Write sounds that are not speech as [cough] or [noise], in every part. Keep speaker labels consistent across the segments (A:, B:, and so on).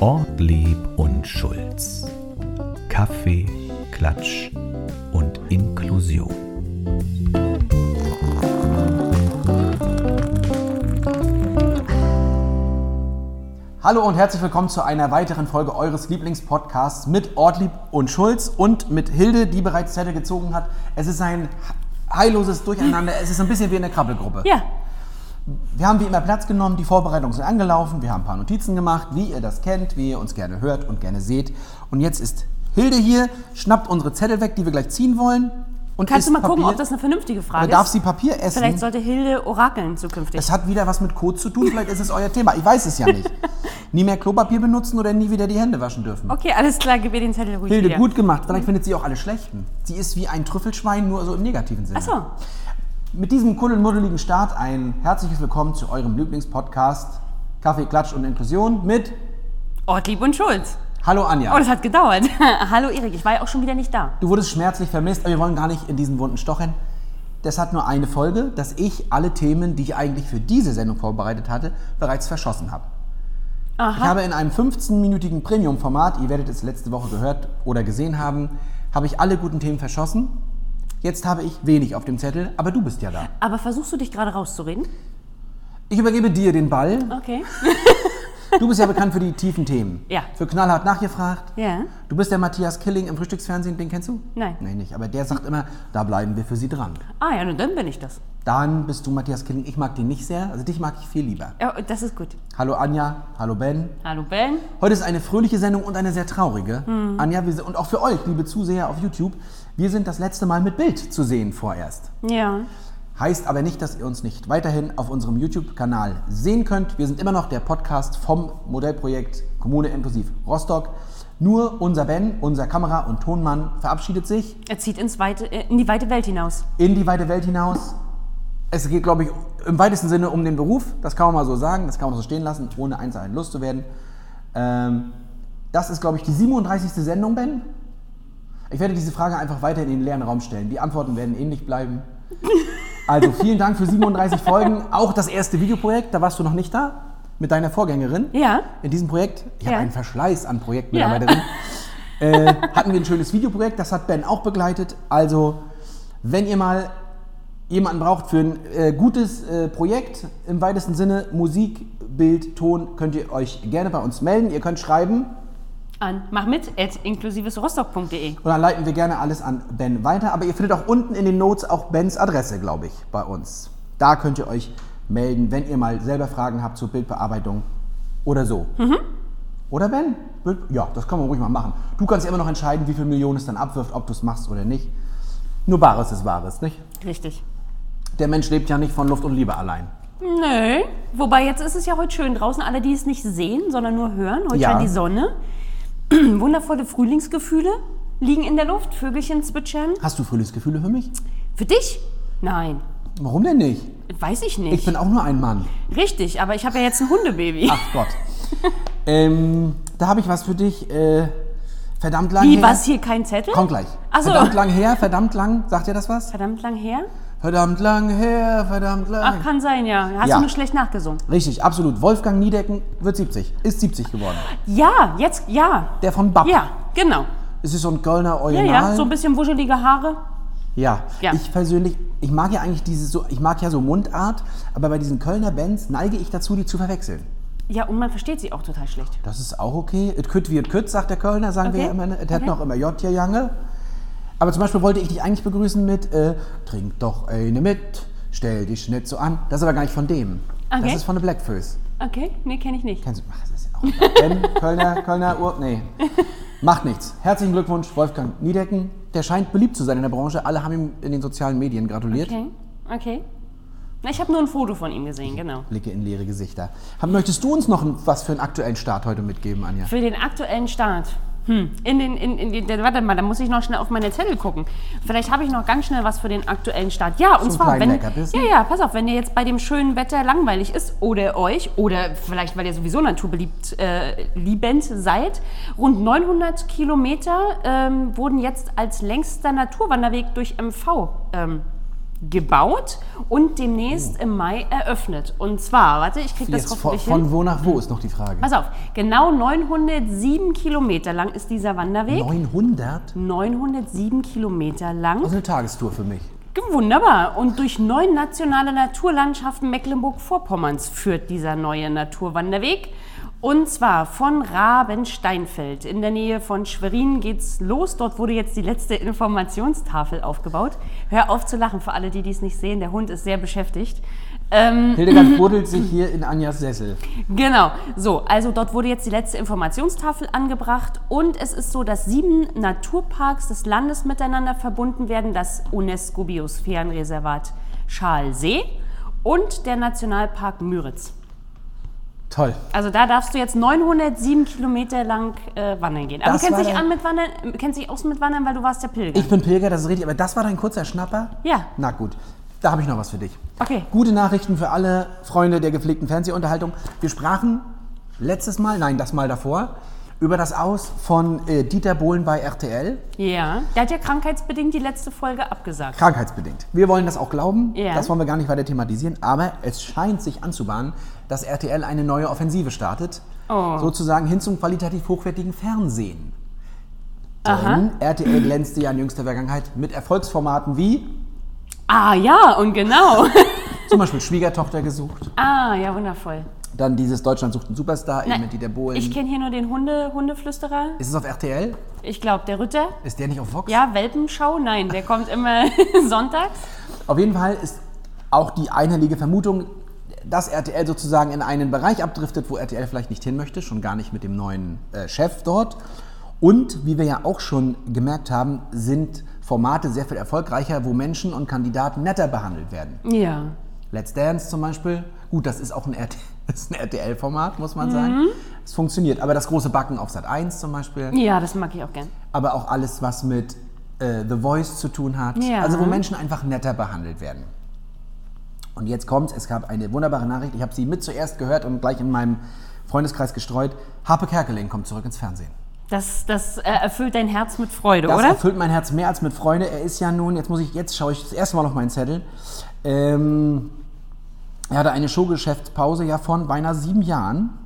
A: Ortlieb und Schulz. Kaffee, Klatsch und Inklusion.
B: Hallo und herzlich willkommen zu einer weiteren Folge eures Lieblingspodcasts mit Ortlieb und Schulz und mit Hilde, die bereits Zettel gezogen hat. Es ist ein heilloses Durcheinander. Es ist ein bisschen wie in der Krabbelgruppe.
C: Ja,
B: Wir haben wie immer Platz genommen, die Vorbereitungen sind angelaufen, wir haben ein paar Notizen gemacht, wie ihr das kennt, wie ihr uns gerne hört und gerne seht. Und jetzt ist Hilde hier, schnappt unsere Zettel weg, die wir gleich ziehen wollen. Und
C: kannst du
B: isst
C: mal gucken,
B: Papier.
C: ob das eine vernünftige Frage
B: Darf
C: ist?
B: sie Papier essen?
C: Vielleicht sollte Hilde orakeln zukünftig.
B: Es hat wieder was mit Kot zu tun, vielleicht ist es euer Thema. Ich weiß es ja
C: [laughs]
B: nicht. nie mehr Klopapier benutzen oder nie wieder die Hände waschen dürfen.
C: Okay, alles klar, gib ihr den Zettel ruhig
B: Hilde,
C: wieder.
B: gut gemacht. Vielleicht findet sie auch alle schlechten. Sie ist wie ein Trüffelschwein, nur so im negativen Sinne.
C: Achso,
B: Mit diesem kuddelmuddeligen Start ein herzliches Willkommen zu eurem Lieblingspodcast Kaffee, Klatsch und Inklusion mit
C: Ortlieb Oh, und Schulz.
B: Hallo Anja.
C: Oh, das hat gedauert. [laughs] Hallo Erik, ich war ja auch schon wieder nicht da.
B: Du wurdest schmerzlich vermisst, aber wir wollen gar nicht in diesen Wunden stochern. Das hat nur eine Folge, dass ich alle Themen, die ich eigentlich für diese Sendung vorbereitet hatte, bereits verschossen habe. Ich
C: Aha.
B: habe in einem 15-minütigen Premium-Format, ihr werdet es letzte Woche gehört oder gesehen haben, habe ich alle guten Themen verschossen. Jetzt habe ich wenig auf dem Zettel, aber du bist ja da.
C: Aber versuchst du dich gerade rauszureden?
B: Ich übergebe dir den Ball. [laughs]
C: Okay.
B: Du
C: [laughs]
B: bist ja bekannt für die tiefen Themen.
C: Ja.
B: Für knallhart nachgefragt.
C: Ja.
B: Du bist der Matthias Killing im Frühstücksfernsehen, den kennst du?
C: Nein.
B: Nein, nicht. Aber der sagt immer, da bleiben wir für sie dran.
C: Ah ja, nun dann bin ich das.
B: Dann bist du Matthias Killing. Ich mag den nicht sehr, also dich mag ich viel lieber.
C: Ja, das ist gut.
B: Hallo Anja, hallo Ben.
C: Hallo Ben.
B: Heute ist eine fröhliche Sendung und eine sehr traurige. Anja, wir sind, und auch für euch, liebe Zuseher auf YouTube, wir sind das letzte Mal mit Bild zu sehen vorerst.
C: Ja.
B: Heißt aber nicht, dass ihr uns nicht weiterhin auf unserem YouTube-Kanal sehen könnt. Wir sind immer noch der Podcast vom Modellprojekt Kommune inklusiv Rostock. Nur unser Ben, unser Kamera- und Tonmann verabschiedet sich
C: Er zieht ins weite, äh, in die weite Welt hinaus.
B: in die weite Welt hinaus. Es geht, glaube ich, im weitesten Sinne um den Beruf. Das kann man mal so sagen, das kann man so stehen lassen, ohne eins ein Lust zu werden. Ähm, das ist, glaube ich, die 37. Sendung, Ben. Ich werde diese Frage einfach weiter in den leeren Raum stellen. Die Antworten werden ähnlich bleiben. Also vielen Dank für 37 Folgen. Auch das erste Videoprojekt, da warst du noch nicht da, mit deiner Vorgängerin.
C: Ja.
B: In diesem Projekt, ich habe
C: Ja.
B: einen Verschleiß an Projektmitarbeiterinnen, äh, hatten wir ein schönes Videoprojekt, das hat Ben auch begleitet. Also, wenn ihr mal jemanden braucht für ein äh, gutes äh, Projekt, im weitesten Sinne Musik, Bild, Ton, könnt ihr euch gerne bei uns melden. Ihr könnt schreiben
C: An. Mach mit, at inklusivesrostock.de.
B: und dann leiten wir gerne alles an Ben weiter. Aber ihr findet auch unten in den Notes auch Bens Adresse, glaube ich, bei uns. Da könnt ihr euch melden, wenn ihr mal selber Fragen habt zur Bildbearbeitung oder so. Oder Ben? Bild- Ja, das kann man ruhig mal machen. Du kannst ja immer noch entscheiden, wie viel Millionen es dann abwirft, ob du es machst oder nicht. Nur Bares ist Wahres, nicht?
C: Richtig.
B: Der Mensch lebt ja nicht von Luft und Liebe allein.
C: Nö. Wobei jetzt ist es ja heute schön draußen. Alle, die es nicht sehen, sondern nur hören, heute
B: Ja.
C: scheint die Sonne. [clears throat] Wundervolle Frühlingsgefühle liegen in der Luft. Vögelchen zwitschern.
B: Hast du Frühlingsgefühle für mich?
C: Für dich? Nein.
B: Warum denn nicht?
C: Weiß
B: Ich
C: ich nicht.
B: bin auch nur ein Mann.
C: Richtig, aber ich habe ja jetzt ein Hundebaby.
B: Ach Gott. ähm, da habe ich was für dich. Äh, verdammt lang
C: Wie,
B: her.
C: was hier kein Zettel?
B: Kommt gleich.
C: Ach so.
B: Verdammt lang her, verdammt lang. Sagt ihr das was?
C: Verdammt lang her?
B: Verdammt lang her, verdammt lang.
C: Ach, kann sein, ja. Hast
B: Ja.
C: du nur schlecht nachgesungen.
B: Richtig, absolut. Wolfgang Niedecken wird 70. Ist 70 geworden.
C: Ja, jetzt, ja.
B: Der von Bab.
C: Ja, genau.
B: Es ist so ein Kölner
C: Ja,
B: Original.
C: ja, so ein bisschen wuschelige Haare.
B: Ja.
C: Ja.
B: ich persönlich, ich mag ja eigentlich diese, so, ich mag ja so Mundart, aber bei diesen Kölner Bands neige ich dazu, die zu verwechseln.
C: Ja, und man versteht sie auch total schlecht.
B: Das ist auch okay. Et kütt wie et kütt, sagt der Kölner, sagen wir
C: Okay.
B: ja immer. ne? Et hat
C: Okay.
B: noch immer J hier Jange. Aber zum Beispiel wollte ich dich eigentlich begrüßen mit äh, Trink doch eine mit, stell dich nicht so an. Das ist aber gar nicht von dem. Das
C: Okay.
B: ist von den Blackfoes.
C: Okay, nee, kenne ich nicht.
B: Kennst du? Ach, das ist ja auch egal. Ben, Kölner, Kölner Ur. Nee. Macht nichts. Herzlichen Glückwunsch, Wolfgang Niedecken. Der scheint beliebt zu sein in der Branche. Alle haben ihm in den sozialen Medien gratuliert.
C: Okay, okay. Na, ich habe nur ein Foto von ihm gesehen, genau.
B: Blicke in leere Gesichter. Hab, möchtest du uns noch ein- was für einen aktuellen Start heute mitgeben, Anja?
C: Für den aktuellen Start. Hm, in den, in, in, den, warte mal, da muss ich noch schnell auf meine Zettel gucken. Vielleicht habe ich noch ganz schnell was für den aktuellen Start. Ja, und
B: So ein
C: zwar,
B: kleinen
C: wenn,
B: Leckerbissen?
C: ja, ja, pass auf, wenn ihr jetzt bei dem schönen Wetter langweilig ist oder euch oder vielleicht, weil ihr sowieso naturbeliebt äh, liebend seid, rund 900 Kilometer ähm, wurden jetzt als längster Naturwanderweg durch MV ähm, gebaut und demnächst im Mai eröffnet. Und zwar, warte, ich kriege das
B: Oh. Jetzt von,
C: hoffentlich
B: von
C: hin.
B: wo nach wo ist noch die Frage?
C: Pass auf, genau 907 Kilometer lang ist dieser Wanderweg.
B: 900?
C: 907 Kilometer lang.
B: Das ist eine Tagestour für mich.
C: Wunderbar. Und durch neun nationale Naturlandschaften Mecklenburg-Vorpommerns führt dieser neue Naturwanderweg. Und zwar von Rabensteinfeld. In der Nähe von Schwerin geht's los. Dort wurde jetzt die letzte Informationstafel aufgebaut. Hör auf zu lachen für alle, die dies nicht sehen. Der Hund ist sehr beschäftigt. Ähm, [laughs]
B: Hildegard buddelt sich hier in Anjas Sessel.
C: Genau. So, also dort wurde jetzt die letzte Informationstafel angebracht und es ist so, dass sieben Naturparks des Landes miteinander verbunden werden, das UNESCO Biosphärenreservat Schalsee und der Nationalpark Müritz.
B: Toll.
C: Also da darfst du jetzt 907 Kilometer lang äh, wandern gehen. Aber
B: Das
C: du kennst
B: war
C: dich
B: der-
C: an mit Wandern, äh, kennst dich aus mit Wandern, weil du warst der Pilger.
B: Ich bin Pilger, das ist richtig. Aber das war dein kurzer Schnapper?
C: Ja.
B: Na gut, da habe ich noch was für dich.
C: Okay.
B: Gute Nachrichten für alle Freunde der gepflegten Fernsehunterhaltung. Wir sprachen letztes Mal, nein, das Mal davor, über das Aus von äh, Dieter Bohlen bei RTL.
C: Ja. Der hat ja krankheitsbedingt die letzte Folge abgesagt.
B: Krankheitsbedingt. Wir wollen das auch glauben.
C: Ja.
B: Das wollen wir gar nicht weiter thematisieren. Aber es scheint sich anzubahnen, dass RTL eine neue Offensive startet.
C: Oh.
B: Sozusagen hin zum qualitativ hochwertigen Fernsehen.
C: Aha.
B: Denn RTL glänzte ja in jüngster Vergangenheit mit Erfolgsformaten wie
C: Ah ja, und genau. [laughs]
B: zum Beispiel Schwiegertochter gesucht,
C: ah, ja, wundervoll.
B: dann dieses Deutschland sucht einen Superstar, eben
C: Nein,
B: mit Dieter Bohlen.
C: Ich kenne hier nur den Hunde, Hundeflüsterer.
B: Ist es auf RTL?
C: Ich glaube, der Ritter.
B: Ist der nicht auf Vox?
C: Ja, Welpenschau? Nein, der kommt immer [laughs] sonntags.
B: Auf jeden Fall ist auch die einhellige Vermutung, dass RTL sozusagen in einen Bereich abdriftet, wo RTL vielleicht nicht hin möchte, schon gar nicht mit dem neuen äh, Chef dort. Und wie wir ja auch schon gemerkt haben, sind Formate sehr viel erfolgreicher, wo Menschen und Kandidaten netter behandelt werden.
C: Ja.
B: Let's Dance zum Beispiel. Gut, das ist auch ein, RT [laughs] das ist ein RTL-Format, muss
C: Mhm.
B: man sagen. Es funktioniert. Aber das große Backen auf Sat 1 zum Beispiel.
C: Ja, das mag ich auch gern.
B: aber auch alles, was mit äh, The Voice zu tun hat.
C: Ja.
B: Also wo Menschen einfach netter behandelt werden. Und jetzt kommt's, es gab eine wunderbare Nachricht, ich habe sie mit zuerst gehört und gleich in meinem Freundeskreis gestreut. Harpe Kerkeling kommt zurück ins Fernsehen.
C: Das, das äh, erfüllt dein Herz mit Freude,
B: Das
C: oder?
B: erfüllt mein Herz mehr als mit Freude. Er ist ja nun, jetzt muss ich, jetzt schaue ich das erste Mal auf meinen Zettel. Ähm, er hatte eine Showgeschäftspause ja von beinahe sieben Jahren.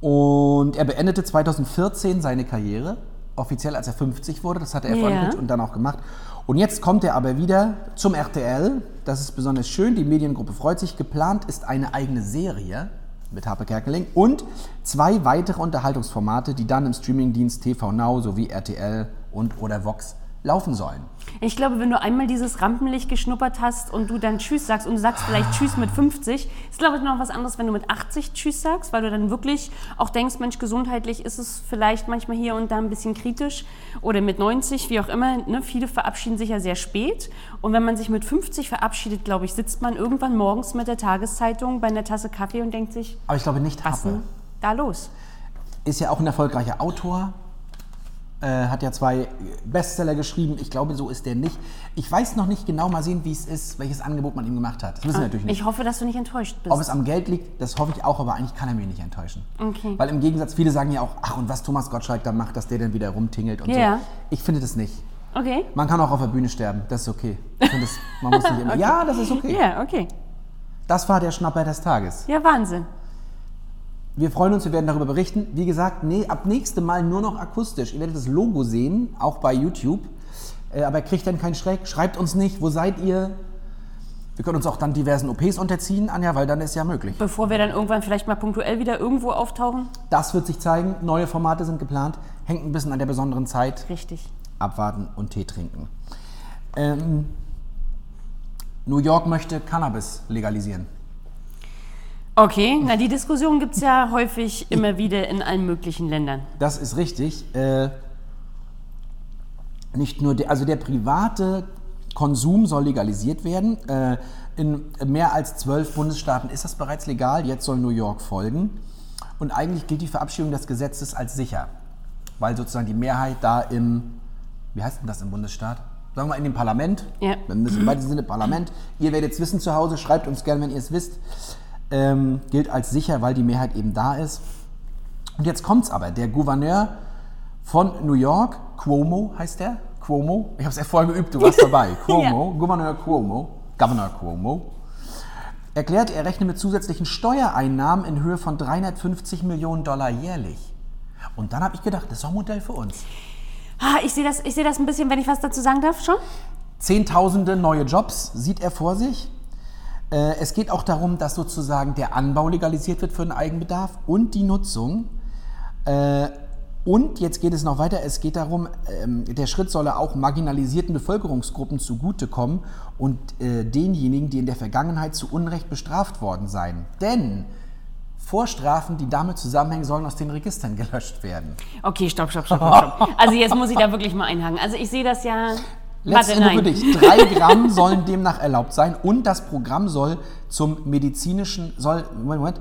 B: Und er beendete 2014 seine Karriere, offiziell als er 50 wurde. Das hat er
C: Ja.
B: erfolgreich und dann auch gemacht. Und jetzt kommt er aber wieder zum RTL. Das ist besonders schön. Die Mediengruppe freut sich. Geplant ist eine eigene Serie mit Harpe Kerkeling und zwei weitere Unterhaltungsformate, die dann im Streamingdienst TV Now sowie RTL und oder Vox laufen sollen.
C: Ich glaube, wenn du einmal dieses Rampenlicht geschnuppert hast und du dann Tschüss sagst und du sagst vielleicht Tschüss mit 50, ist, glaube ich, noch was anderes, wenn du mit 80 Tschüss sagst, weil du dann wirklich auch denkst, Mensch, gesundheitlich ist es vielleicht manchmal hier und da ein bisschen kritisch oder mit 90, wie auch immer. Ne? Viele verabschieden sich ja sehr spät und wenn man sich mit 50 verabschiedet, glaube ich, sitzt man irgendwann morgens mit der Tageszeitung bei einer Tasse Kaffee und denkt sich,
B: Aber ich glaube nicht
C: was ist
B: Harpe.
C: denn da los?
B: ist ja auch ein erfolgreicher Autor. Äh, hat ja zwei Bestseller geschrieben. Ich glaube, so ist der nicht. Ich weiß noch nicht genau, mal sehen, wie es ist, welches Angebot man ihm gemacht hat. Das wissen wir natürlich nicht.
C: Ah, Ich hoffe, dass du nicht enttäuscht bist.
B: Ob es am Geld liegt, das hoffe ich auch, aber eigentlich kann er mich nicht enttäuschen.
C: Okay.
B: Weil im Gegensatz, viele sagen ja auch, ach und was Thomas Gottschalk da macht, dass der dann wieder rumtingelt und
C: Ja.
B: so. Ich finde das nicht.
C: Okay.
B: Man kann auch auf der Bühne sterben, das ist okay. Ich finde das, man muss
C: [laughs]
B: nicht immer, Ja, das ist okay.
C: Ja, okay.
B: Das war der Schnapper des Tages.
C: Ja, Wahnsinn.
B: Wir freuen uns, wir werden darüber berichten. Wie gesagt, nee, ab nächstem Mal nur noch akustisch. Ihr werdet das Logo sehen, auch bei YouTube. Äh, aber kriegt dann keinen Schreck. Schreibt uns nicht, wo seid ihr? Wir können uns auch dann diversen OPs unterziehen, Anja, weil dann ist ja möglich.
C: Bevor wir dann irgendwann vielleicht mal punktuell wieder irgendwo auftauchen.
B: Das wird sich zeigen. Neue Formate sind geplant. Hängt ein bisschen an der besonderen Zeit.
C: Richtig.
B: Abwarten und Tee trinken. Ähm, New York möchte Cannabis legalisieren.
C: Okay, na die Diskussion gibt es ja häufig immer wieder in allen möglichen Ländern.
B: Das ist richtig. Äh, nicht nur der, also der private Konsum soll legalisiert werden. Äh, in mehr als zwölf Bundesstaaten ist das bereits legal. Jetzt soll New York folgen. Und eigentlich gilt die Verabschiedung des Gesetzes als sicher, weil sozusagen die Mehrheit da im, wie heißt denn das im Bundesstaat? Sagen wir in dem Parlament.
C: Ja.
B: Dann ist im weitesten Sinne Parlament. Ihr werdet es wissen zu Hause. Schreibt uns gerne, wenn ihr es wisst. Ähm, gilt als sicher, weil die Mehrheit eben da ist. Und jetzt kommt's aber. Der Gouverneur von New York, Cuomo heißt der, Cuomo, ich habe es ja vorhin geübt, du warst dabei. Cuomo, Gouverneur Cuomo, Governor Cuomo, erklärt, er rechne mit zusätzlichen Steuereinnahmen in Höhe von 350 Millionen Dollar jährlich. Und dann habe ich gedacht, das ist doch ein Modell für uns.
C: Ah, ich sehe das, ich sehe das ein bisschen, wenn ich was dazu sagen darf, schon.
B: Zehntausende neue Jobs sieht er vor sich. Äh, Es geht auch darum, dass sozusagen der Anbau legalisiert wird für den Eigenbedarf und die Nutzung. Äh, Und jetzt geht es noch weiter. Es geht darum, ähm, der Schritt solle auch marginalisierten Bevölkerungsgruppen zugutekommen und äh, denjenigen, die in der Vergangenheit zu Unrecht bestraft worden seien. Denn Vorstrafen, die damit zusammenhängen, sollen aus den Registern gelöscht werden.
C: Okay, stopp, stopp, stopp, stopp. stopp. Also jetzt muss ich da wirklich mal einhaken. Also ich sehe das ja.
B: Letzte Info für dich. Drei [laughs] Gramm sollen demnach erlaubt sein und das Programm soll zum medizinischen, soll, Moment, Moment,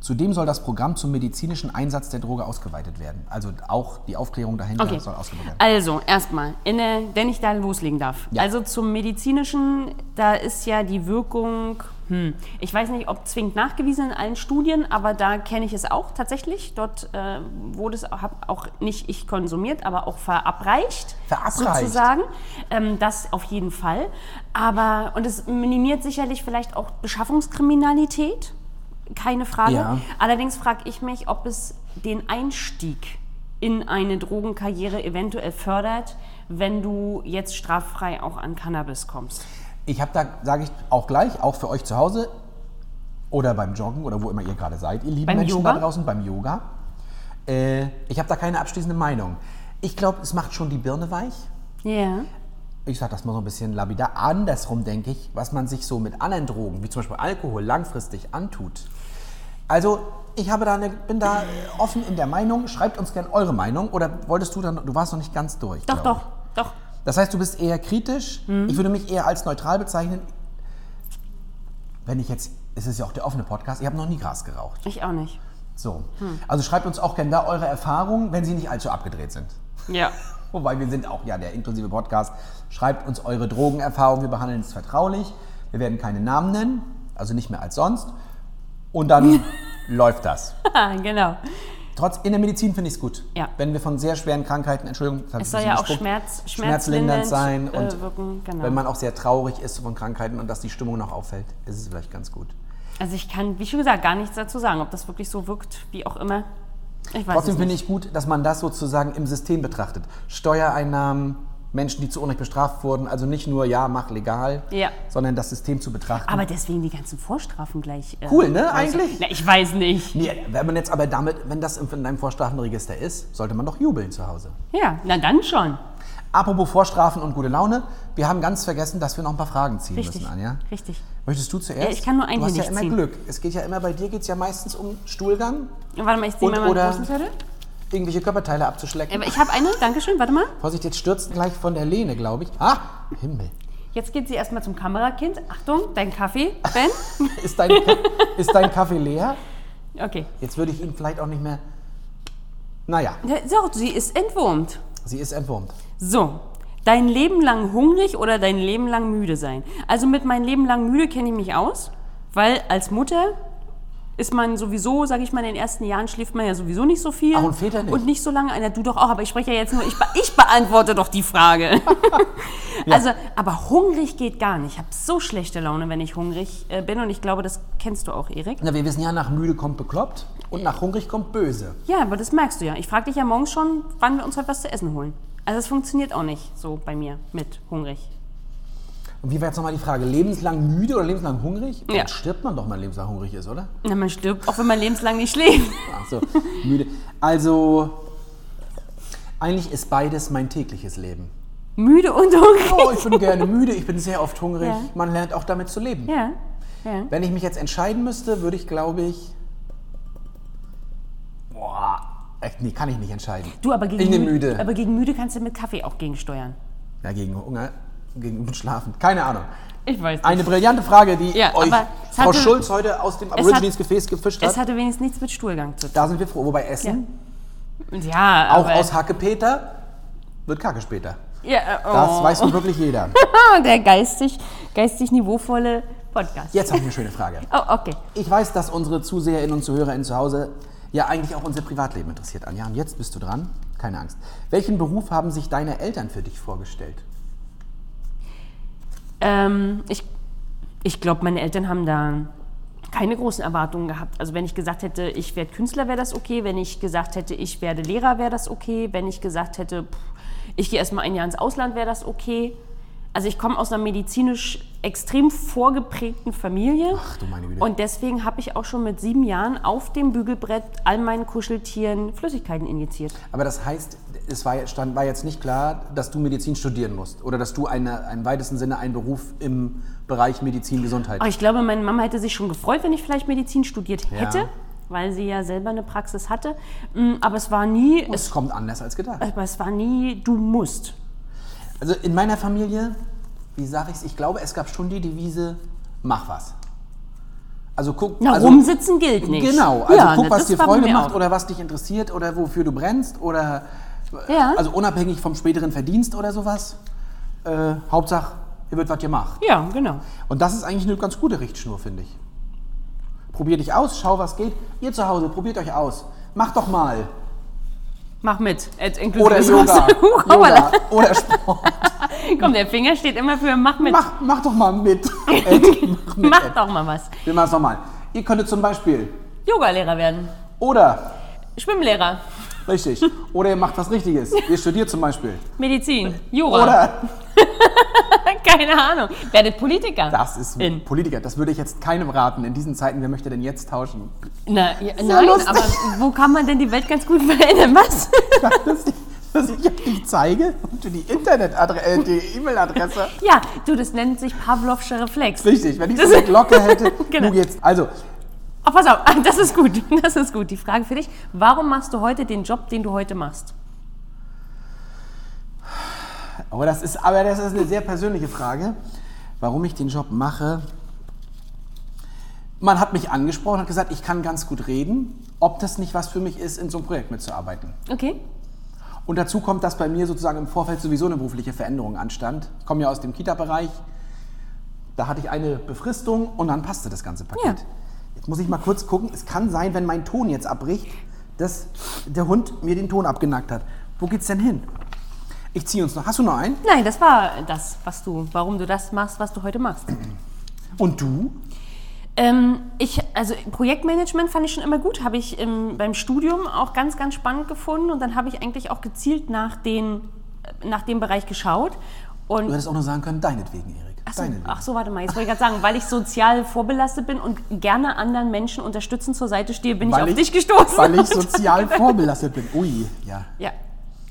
B: zudem soll das Programm zum medizinischen Einsatz der Droge ausgeweitet werden. Also auch die Aufklärung dahinter
C: Okay.
B: soll ausgebaut werden.
C: Also, erstmal, in der- wenn ich da loslegen darf.
B: Ja.
C: Also zum medizinischen, da ist ja die Wirkung, hm, ich weiß nicht, ob zwingend nachgewiesen in allen Studien, aber da kenne ich es auch tatsächlich. Dort äh, wurde es hab auch nicht ich konsumiert, aber auch verabreicht.
B: Verabreicht.
C: Sozusagen. Ähm, das auf jeden Fall. Aber, und es minimiert sicherlich vielleicht auch Beschaffungskriminalität. Keine Frage.
B: Ja.
C: Allerdings frage ich mich, ob es den Einstieg in eine Drogenkarriere eventuell fördert, wenn du jetzt straffrei auch an Cannabis kommst.
B: Ich habe da, sage ich auch gleich, auch für euch zu Hause oder beim Joggen oder wo immer ihr gerade seid, ihr lieben
C: Beim
B: Menschen da
C: Yoga?
B: draußen, beim Yoga. Äh, ich habe da keine abschließende Meinung. Ich glaube, es macht schon die Birne weich.
C: Ja.
B: ich sage das mal so ein bisschen labidar, andersrum denke ich, was man sich so mit anderen Drogen, wie zum Beispiel Alkohol, langfristig antut. Also, ich habe da eine, bin da äh, offen in der Meinung. Schreibt uns gerne eure Meinung. Oder wolltest du dann, du warst noch nicht ganz durch.
C: Doch,
B: glaub
C: doch, Mhm. doch.
B: Ich. Das heißt, du bist eher kritisch. Ich würde mich eher als neutral bezeichnen. Wenn ich jetzt, es ist ja auch der offene Podcast, ich habe noch nie Gras geraucht.
C: Ich auch nicht.
B: So.
C: Hm.
B: Also schreibt uns auch gerne da eure Erfahrungen, wenn sie nicht allzu abgedreht sind.
C: Ja.
B: Wobei wir sind auch ja der inklusive Podcast. Schreibt uns eure Drogenerfahrung, wir behandeln es vertraulich. Wir werden keine Namen nennen, also nicht mehr als sonst. Und dann
C: [laughs]
B: läuft das.
C: Ah, [laughs] genau.
B: Trotz in der Medizin finde ich es gut.
C: Ja.
B: Wenn wir von sehr schweren Krankheiten, Entschuldigung, das hab
C: Es
B: ich
C: soll
B: ein
C: ja auch
B: bisschen
C: Schmerz,
B: gespuckt,
C: schmerzlindernd
B: schmerzlindernd sein
C: äh,
B: und
C: wirken. Genau.
B: wenn man auch sehr traurig ist von Krankheiten und dass die Stimmung noch auffällt, ist es vielleicht ganz gut.
C: also ich kann, wie schon gesagt, gar nichts dazu sagen, ob das wirklich so wirkt, wie auch immer. Ich weiß
B: Trotzdem
C: es nicht.
B: finde ich gut, dass man das sozusagen im System betrachtet. Steuereinnahmen, Menschen, die zu Unrecht bestraft wurden, also nicht nur ja, mach legal,
C: Ja.
B: sondern das System zu betrachten.
C: aber deswegen die ganzen Vorstrafen gleich. äh,
B: Cool, ne,
C: raus-
B: eigentlich?
C: Na, ich weiß nicht.
B: nee, wenn man jetzt aber damit, wenn das in einem Vorstrafenregister ist, sollte man doch jubeln zu Hause.
C: Ja, na dann schon.
B: Apropos Vorstrafen und gute Laune, wir haben ganz vergessen, dass wir noch ein paar Fragen ziehen
C: Richtig.
B: müssen, Anja.
C: Richtig.
B: Möchtest du zuerst?
C: Ja, ich kann nur einen
B: Du hast
C: hier
B: ja
C: nicht
B: immer
C: ziehen.
B: Glück. Es geht ja immer bei dir geht's ja meistens um Stuhlgang,
C: Warte mal, ich ziehe
B: Und
C: mir mal
B: oder-
C: einen großen Zettel.
B: irgendwelche Körperteile abzuschlecken.
C: Aber Ich habe eine, Dankeschön, warte mal.
B: Vorsicht, jetzt stürzt gleich von der Lehne, glaube ich. Ah, Himmel.
C: Jetzt geht sie erstmal zum Kamerakind. Achtung, dein Kaffee, Ben. [laughs]
B: Ist dein, Ka- ist dein Kaffee leer?
C: Okay.
B: Jetzt würde ich ihn vielleicht auch nicht mehr. Naja,
C: Ja, So, sie ist entwurmt.
B: sie ist entwurmt.
C: So, dein Leben lang hungrig oder dein Leben lang müde sein. Also mit mein Leben lang müde kenne ich mich aus, weil als Mutter ist man sowieso, sage ich mal, in den ersten Jahren schläft man ja sowieso nicht so viel.
B: Ach, und Väter nicht.
C: Und nicht so lange. Einer, du doch auch, aber ich spreche ja jetzt nur, ich, be ich beantworte doch
B: [laughs]
C: die Frage. [laughs] Also, aber hungrig geht gar nicht. Ich habe so schlechte Laune, wenn ich hungrig äh, bin und ich glaube, das kennst du auch, Erik.
B: Na, wir wissen ja, nach müde kommt bekloppt und nach hungrig kommt böse.
C: Ja, aber das merkst du ja. Ich frage dich ja morgens schon, wann wir uns heute was zu essen holen. Also es funktioniert auch nicht so bei mir mit hungrig.
B: Und wie war jetzt nochmal die Frage? Lebenslang müde oder lebenslang hungrig?
C: Ja.
B: Dann stirbt man doch, wenn man lebenslang hungrig ist, oder?
C: Na, man stirbt, auch wenn man lebenslang nicht schläft. [laughs]
B: Ach so, müde. Also, eigentlich ist beides mein tägliches Leben.
C: Müde und hungrig.
B: Oh, ich bin gerne müde, ich bin sehr oft hungrig.
C: Ja.
B: Man lernt auch damit zu leben.
C: Ja. ja.
B: Wenn ich mich jetzt entscheiden müsste, würde ich, glaube ich. Boah. Echt, nee, kann ich nicht entscheiden.
C: Du, aber gegen,
B: Ich nehm
C: Mü-
B: müde.
C: aber gegen müde kannst du mit Kaffee auch gegensteuern.
B: Ja, gegen Hunger, gegen Schlafen. Keine Ahnung.
C: Ich weiß nicht.
B: Eine brillante Frage, die
C: Ja,
B: euch
C: aber es
B: Frau
C: hatte-
B: Schulz heute aus dem Aborigines Gefäß gefischt
C: Es
B: hat.
C: hatte wenigstens nichts mit Stuhlgang zu tun.
B: Da sind wir froh. Wobei Essen,
C: Ja,
B: auch
C: aber,
B: aus Hackepeter, wird Kacke später.
C: Ja, oh.
B: Das weiß nun wirklich jeder.
C: Ah, Der geistig, geistig niveauvolle Podcast.
B: Jetzt habe ich eine schöne Frage.
C: Oh, okay.
B: Ich weiß, dass unsere ZuseherInnen und ZuhörerInnen zu Hause ja eigentlich auch unser Privatleben interessiert, Anja. Und jetzt bist du dran. Keine Angst. Welchen Beruf haben sich deine Eltern für dich vorgestellt?
C: Ähm, ich ich glaube, meine Eltern haben da keine großen Erwartungen gehabt. Also wenn ich gesagt hätte, ich werde Künstler, wäre das okay. Wenn ich gesagt hätte, ich werde Lehrer, wäre das okay. Wenn ich gesagt hätte, pff, ich gehe erstmal ein Jahr ins Ausland, wäre das okay. Also ich komme aus einer medizinisch extrem vorgeprägten Familie.
B: Ach du meine Güte.
C: Und deswegen habe ich auch schon mit sieben Jahren auf dem Bügelbrett all meinen Kuscheltieren Flüssigkeiten injiziert.
B: Aber das heißt, es war, stand, war jetzt nicht klar, dass du Medizin studieren musst oder dass du eine, im weitesten Sinne einen Beruf im Bereich Medizin, Gesundheit.
C: Aber Oh, ich glaube, meine Mama hätte sich schon gefreut, wenn ich vielleicht Medizin studiert
B: Ja.
C: hätte, weil sie ja selber eine Praxis hatte. Mm, Aber es war nie, es,
B: es kommt anders als gedacht.
C: aber es war nie, du musst.
B: Also in meiner Familie, wie sage ich es, ich glaube, es gab schon die Devise, mach was. Also guck,
C: Na,
B: also,
C: rumsitzen gilt nicht.
B: Genau, also
C: Ja,
B: guck,
C: ne,
B: was
C: das
B: dir
C: war bei
B: Freude
C: mir
B: macht
C: auch.
B: oder was dich interessiert oder wofür du brennst oder
C: Ja.
B: also unabhängig vom späteren Verdienst oder sowas. Äh, Hauptsache, hier wird was gemacht.
C: ja, genau.
B: Und das ist eigentlich eine ganz gute Richtschnur, finde ich. Probier dich aus, schau, was geht. Ihr zu Hause, probiert euch aus. Macht doch mal.
C: Mach mit. Jetzt inklusive
B: Oder
C: des
B: Yoga.
C: [laughs] Kochs-
B: Yoga. Oder
C: [laughs]
B: Sport.
C: Komm, der Finger steht immer für mach mit.
B: Mach, mach doch mal
C: [laughs]
B: mit. mach mit.
C: mach doch mal was.
B: Wir machen es nochmal. Ihr könntet zum Beispiel
C: Yogalehrer werden.
B: oder,
C: Schwimmlehrer.
B: richtig, oder ihr macht was Richtiges. Ihr studiert zum Beispiel.
C: Medizin. Jura.
B: Oder,
C: [laughs] Keine Ahnung. Werdet Politiker.
B: das ist
C: In.
B: Politiker, das würde ich jetzt keinem raten. In diesen Zeiten, wer möchte denn jetzt tauschen? [laughs]
C: Na, ja, nein,
B: lustig.
C: aber wo kann man denn die Welt ganz gut
B: [laughs]
C: verändern? Was?
B: Dass ich, dass ich euch die zeige und die Internetadresse, äh, die E-Mail-Adresse.
C: Ja, du, das nennt sich Pavlovscher Reflex.
B: Richtig, wenn ich so
C: Das-
B: eine Glocke
C: [laughs]
B: hätte,
C: Genau.
B: du jetzt. Also,
C: Oh, pass auf, [laughs] Ah, das ist gut. Das ist gut. Die Frage für dich: Warum machst du heute den Job, den du heute machst?
B: aber das ist, aber das ist eine sehr persönliche Frage, warum ich den Job mache. Man hat mich angesprochen, hat gesagt, ich kann ganz gut reden, ob das nicht was für mich ist, in so einem Projekt mitzuarbeiten.
C: Okay.
B: Und dazu kommt, dass bei mir sozusagen im Vorfeld sowieso eine berufliche Veränderung anstand. Ich komme ja aus dem Kita-Bereich. Da hatte ich eine Befristung und dann passte das ganze Paket.
C: Ja.
B: Jetzt muss ich mal kurz gucken. Es kann sein, wenn mein Ton jetzt abbricht, dass der Hund mir den Ton abgenackt hat. Wo geht's denn hin? Ich ziehe uns noch. Hast du noch einen?
C: Nein, das war das, was du, warum du das machst, was du heute machst.
B: Und du?
C: Ähm, ich, also Projektmanagement fand ich schon immer gut, habe ich im, beim Studium auch ganz, ganz spannend gefunden und dann habe ich eigentlich auch gezielt nach, den, äh, nach dem Bereich geschaut.
B: Du
C: Und
B: hättest auch nur sagen können, deinetwegen, Erik.
C: Ach so,
B: Deinetwegen.
C: ach so, warte mal, jetzt wollte ich gerade sagen, weil ich sozial vorbelastet bin und gerne anderen Menschen unterstützend zur Seite stehe, bin ich auf dich gestoßen.
B: Weil ich
C: [laughs]
B: sozial vorbelastet bin. Ui, ja.
C: Ja.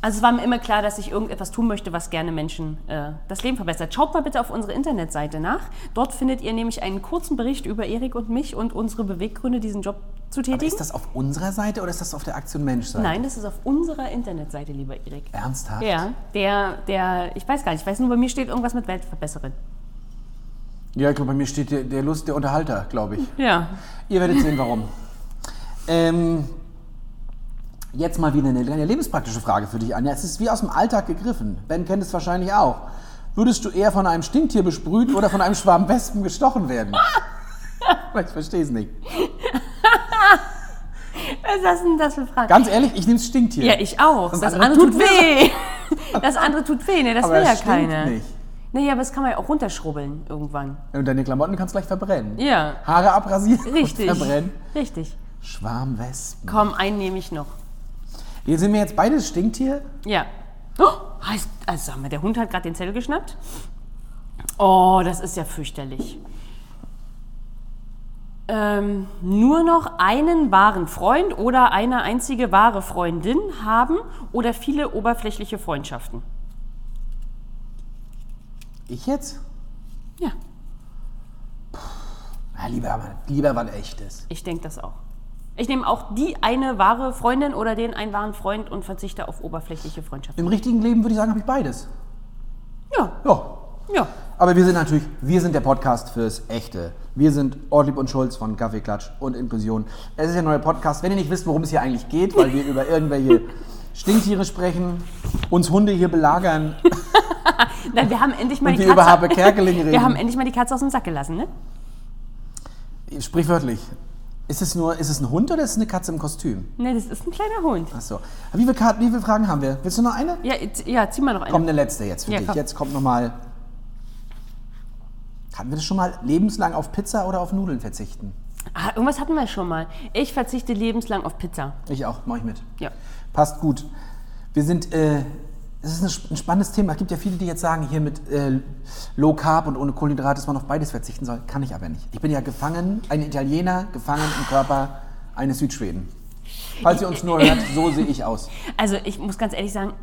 C: Also es war mir immer klar, dass ich irgendetwas tun möchte, was gerne Menschen äh, das Leben verbessert. Schaut mal bitte auf unsere Internetseite nach. Dort findet ihr nämlich einen kurzen Bericht über Erik und mich und unsere Beweggründe, diesen Job zu tätigen.
B: Ist das auf unserer Seite oder ist das auf der Aktion Mensch-Seite?
C: Nein, das ist auf unserer Internetseite, lieber Erik.
B: Ernsthaft?
C: Ja, der, der, ich weiß gar nicht, ich weiß nur, bei mir steht irgendwas mit Weltverbesserin.
B: Ja, ich glaube, bei mir steht der, der Lust der Unterhalter, glaube ich.
C: Ja.
B: Ihr werdet sehen, warum. ähm, jetzt mal wieder eine kleine lebenspraktische Frage für dich, Anja. Es ist wie aus dem Alltag gegriffen. Ben kennt es wahrscheinlich auch. Würdest du eher von einem Stinktier besprüht oder von einem Schwarm Wespen gestochen werden? [laughs] ich verstehe es nicht.
C: Was Äh, ist das denn das für eine Frage?
B: Ganz ehrlich, ich nehme das Stinktier.
C: Ja, ich auch. Das, andere tut weh. [laughs] Das andere tut weh, ne? Das
B: Aber
C: will ja
B: das stinkt
C: keiner.
B: nicht.
C: Naja, aber das kann man ja auch runterschrubbeln irgendwann.
B: Und deine Klamotten kannst du gleich verbrennen.
C: Ja.
B: Haare abrasieren
C: Richtig.
B: und verbrennen.
C: Richtig.
B: Schwarmwespen.
C: Komm, einen nehme ich noch.
B: Hier sind wir jetzt beide Stinktier.
C: Ja. Oh, heißt, also sag mal, der Hund hat gerade den Zettel geschnappt. Oh, das ist ja fürchterlich. Ähm, nur noch einen wahren Freund oder eine einzige wahre Freundin haben oder viele oberflächliche Freundschaften.
B: Ich jetzt?
C: Ja,
B: Ja, lieber, lieber was echtes.
C: ich denke das auch. Ich nehme auch die eine wahre Freundin oder den einen wahren Freund und verzichte auf oberflächliche Freundschaften.
B: Im richtigen Leben würde ich sagen, habe ich beides.
C: Ja,
B: Ja.
C: ja.
B: Aber wir sind natürlich, wir sind der Podcast fürs Echte. Wir sind Ortlieb und Schulz von Kaffee Klatsch und Inklusion. Es ist ein neuer Podcast. Wenn ihr nicht wisst, worum es hier eigentlich geht, weil wir über irgendwelche
C: [laughs]
B: Stinktiere sprechen, uns Hunde hier belagern
C: Na, wir haben endlich mal
B: und
C: die
B: wir über Habe
C: Katze.
B: Kerkeling
C: [laughs] Wir haben
B: reden.
C: endlich mal die Katze aus dem Sack gelassen, ne?
B: Sprichwörtlich. Ist es nur, ist es ein Hund oder ist es eine Katze im Kostüm?
C: Ne, das ist ein kleiner Hund.
B: Achso. Wie viele, Karten, wie viele Fragen haben wir? Willst du noch eine?
C: Ja, jetzt- ja zieh mal noch
B: Komm,
C: einen.
B: eine letzte jetzt für
C: Ja,
B: dich.
C: komm.
B: Jetzt kommt nochmal. Hatten wir das schon mal lebenslang auf Pizza oder auf Nudeln verzichten?
C: Ah, irgendwas hatten wir schon mal. Ich verzichte lebenslang auf Pizza.
B: Ich auch, mache ich mit.
C: Ja.
B: Passt gut. Wir sind, äh, es ist ein sp- ein spannendes Thema. Es gibt ja viele, die jetzt sagen, hier mit äh, Low Carb und ohne Kohlenhydrate, dass man auf beides verzichten soll. Kann ich aber nicht. Ich bin ja gefangen, ein Italiener, gefangen im Körper eines Südschweden. Falls ihr uns nur hört, so sehe ich aus.
C: Also ich muss ganz ehrlich sagen,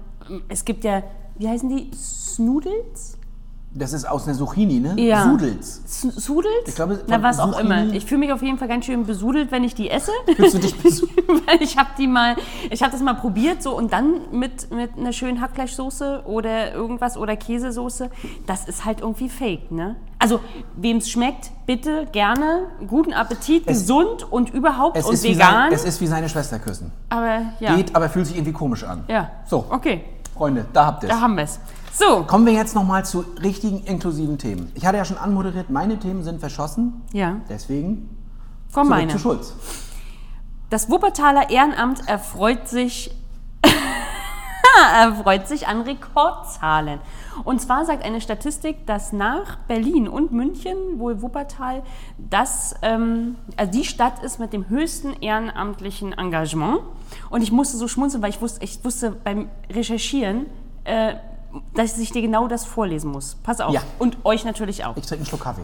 C: es gibt ja, wie heißen die? Snoodles?
B: Das ist aus einer Zucchini, ne?
C: Ja.
B: Sudels.
C: S- Sudels?
B: Ich glaube,
C: Na,
B: von
C: was auch
B: Zucchini-
C: immer. Ich fühle mich auf jeden Fall ganz schön besudelt, wenn ich die esse.
B: [laughs] Fühlst du dich besudelt?
C: [laughs] Weil ich habe die mal, ich habe das mal probiert so und dann mit, mit einer schönen Hackfleischsoße oder irgendwas oder Käsesoße. Das ist halt irgendwie fake, ne? Also, wem es schmeckt, bitte, gerne, guten Appetit,
B: Es-
C: gesund und überhaupt
B: Es,
C: und
B: ist wie
C: vegan.
B: sein, es ist wie seine Schwester küssen.
C: aber ja.
B: Geht, aber fühlt sich irgendwie komisch an.
C: ja.
B: So.
C: Okay,
B: Freunde, da habt ihr es.
C: da haben wir es. So,
B: Kommen wir jetzt nochmal zu richtigen inklusiven Themen. Ich hatte ja schon anmoderiert, meine Themen sind verschossen.
C: ja,
B: Deswegen
C: komm
B: zurück
C: meine.
B: zu Schulz.
C: Das Wuppertaler Ehrenamt erfreut sich, [laughs] erfreut sich an Rekordzahlen. Und zwar sagt eine Statistik, dass nach Berlin und München wohl Wuppertal das, ähm, also die Stadt ist mit dem höchsten ehrenamtlichen Engagement. Und ich musste so schmunzeln, weil ich wusste, ich wusste beim Recherchieren, äh, dass ich dir genau das vorlesen muss. Pass auf.
B: Ja.
C: Und euch natürlich auch.
B: Ich trinke einen Schluck Kaffee.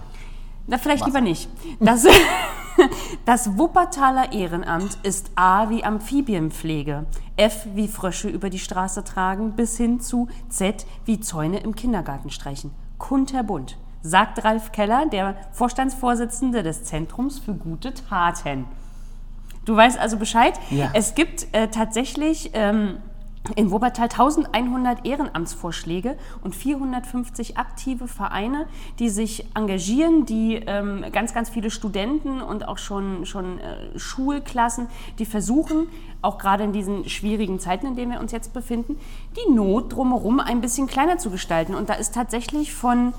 C: Na, vielleicht
B: Wasser.
C: lieber nicht. Das, [laughs] das Wuppertaler Ehrenamt ist A wie Amphibienpflege, F wie Frösche über die Straße tragen, bis hin zu Z wie Zäune im Kindergarten streichen. Kunterbunt, sagt Ralf Keller, der Vorstandsvorsitzende des Zentrums für gute Taten. Du weißt also Bescheid.
B: Ja.
C: Es gibt äh, tatsächlich ähm, in Wuppertal 1100 Ehrenamtsvorschläge und 450 aktive Vereine, die sich engagieren, die ähm, ganz, ganz viele Studenten und auch schon, schon äh, Schulklassen, die versuchen, auch gerade in diesen schwierigen Zeiten, in denen wir uns jetzt befinden, die Not drumherum ein bisschen kleiner zu gestalten. Und da ist tatsächlich von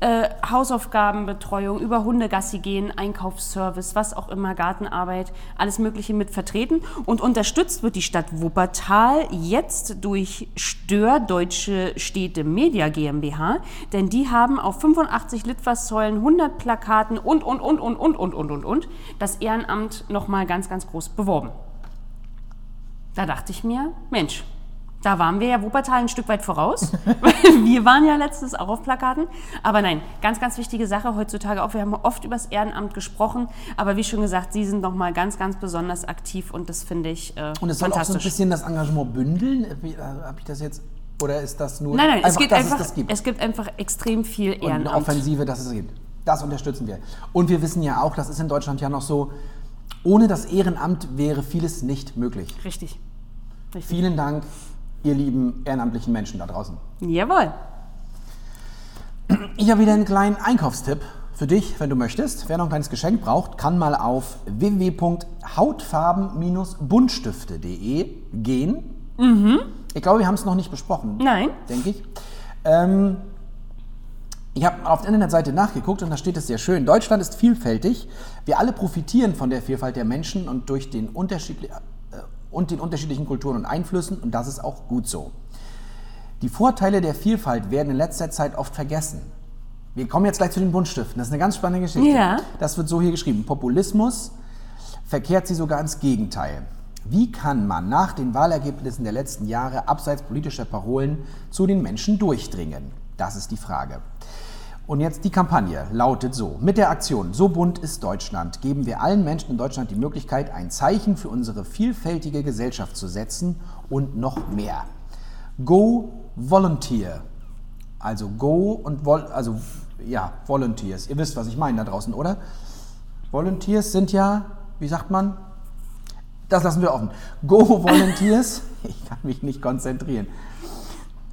C: äh, Hausaufgabenbetreuung, über Hundegassi gehen, Einkaufsservice, was auch immer, Gartenarbeit, alles Mögliche mit vertreten. Und unterstützt wird die Stadt Wuppertal jetzt durch Stör Deutsche Städte Media GmbH, denn die haben auf 85 Litfaßsäulen, 100 Plakaten und, und, und, und, und, und, und, und, und das Ehrenamt nochmal ganz, ganz groß beworben. Da dachte ich mir, Mensch, da waren wir ja Wuppertal ein Stück weit voraus. [laughs] wir waren ja letztens auch auf Plakaten. Aber nein, ganz, ganz wichtige Sache heutzutage auch. Wir haben oft über das Ehrenamt gesprochen. Aber wie schon gesagt, Sie sind nochmal ganz, ganz besonders aktiv und das finde ich äh,
B: Und es soll auch so ein
C: fantastisch.
B: bisschen das Engagement bündeln. Wie, äh, Hab ich das jetzt? Oder ist das nur
C: nein, nein, es, geht
B: dass
C: einfach,
B: es das gibt?
C: es gibt einfach extrem viel
B: und eine
C: Ehrenamt.
B: Offensive, dass es gibt. Das unterstützen wir. Und wir wissen ja auch, das ist in Deutschland ja noch so, ohne das Ehrenamt wäre vieles nicht möglich.
C: Richtig.
B: Vielen Dank, ihr lieben ehrenamtlichen Menschen da draußen.
C: Jawohl.
B: Ich habe wieder einen kleinen Einkaufstipp für dich, wenn du möchtest. Wer noch ein kleines Geschenk braucht, kann mal auf www.hautfarben-buntstifte.de gehen. Ich glaube, wir haben es noch nicht besprochen,
C: Nein.
B: denke ich. Ähm, ich habe auf der Internetseite nachgeguckt und da steht es sehr schön. Deutschland ist vielfältig. Wir alle profitieren von der Vielfalt der Menschen und durch den unterschiedli- äh, und den unterschiedlichen Kulturen und Einflüssen und das ist auch gut so. Die Vorteile der Vielfalt werden in letzter Zeit oft vergessen. Wir kommen jetzt gleich zu den Buntstiften. Das ist eine ganz spannende Geschichte.
C: Ja.
B: Das wird so hier geschrieben. Populismus verkehrt sie sogar ins Gegenteil. Wie kann man nach den Wahlergebnissen der letzten Jahre abseits politischer Parolen zu den Menschen durchdringen? Das ist die Frage. Und jetzt die Kampagne lautet so. Mit der Aktion So bunt ist Deutschland geben wir allen Menschen in Deutschland die Möglichkeit, ein Zeichen für unsere vielfältige Gesellschaft zu setzen und noch mehr. Go Volunteer. Also Go und Vol also ja, Volunteers. Ihr wisst, was ich meine da draußen, oder? Volunteers sind ja, wie sagt man? Das lassen wir offen. Go Volunteers. Ich kann mich nicht konzentrieren.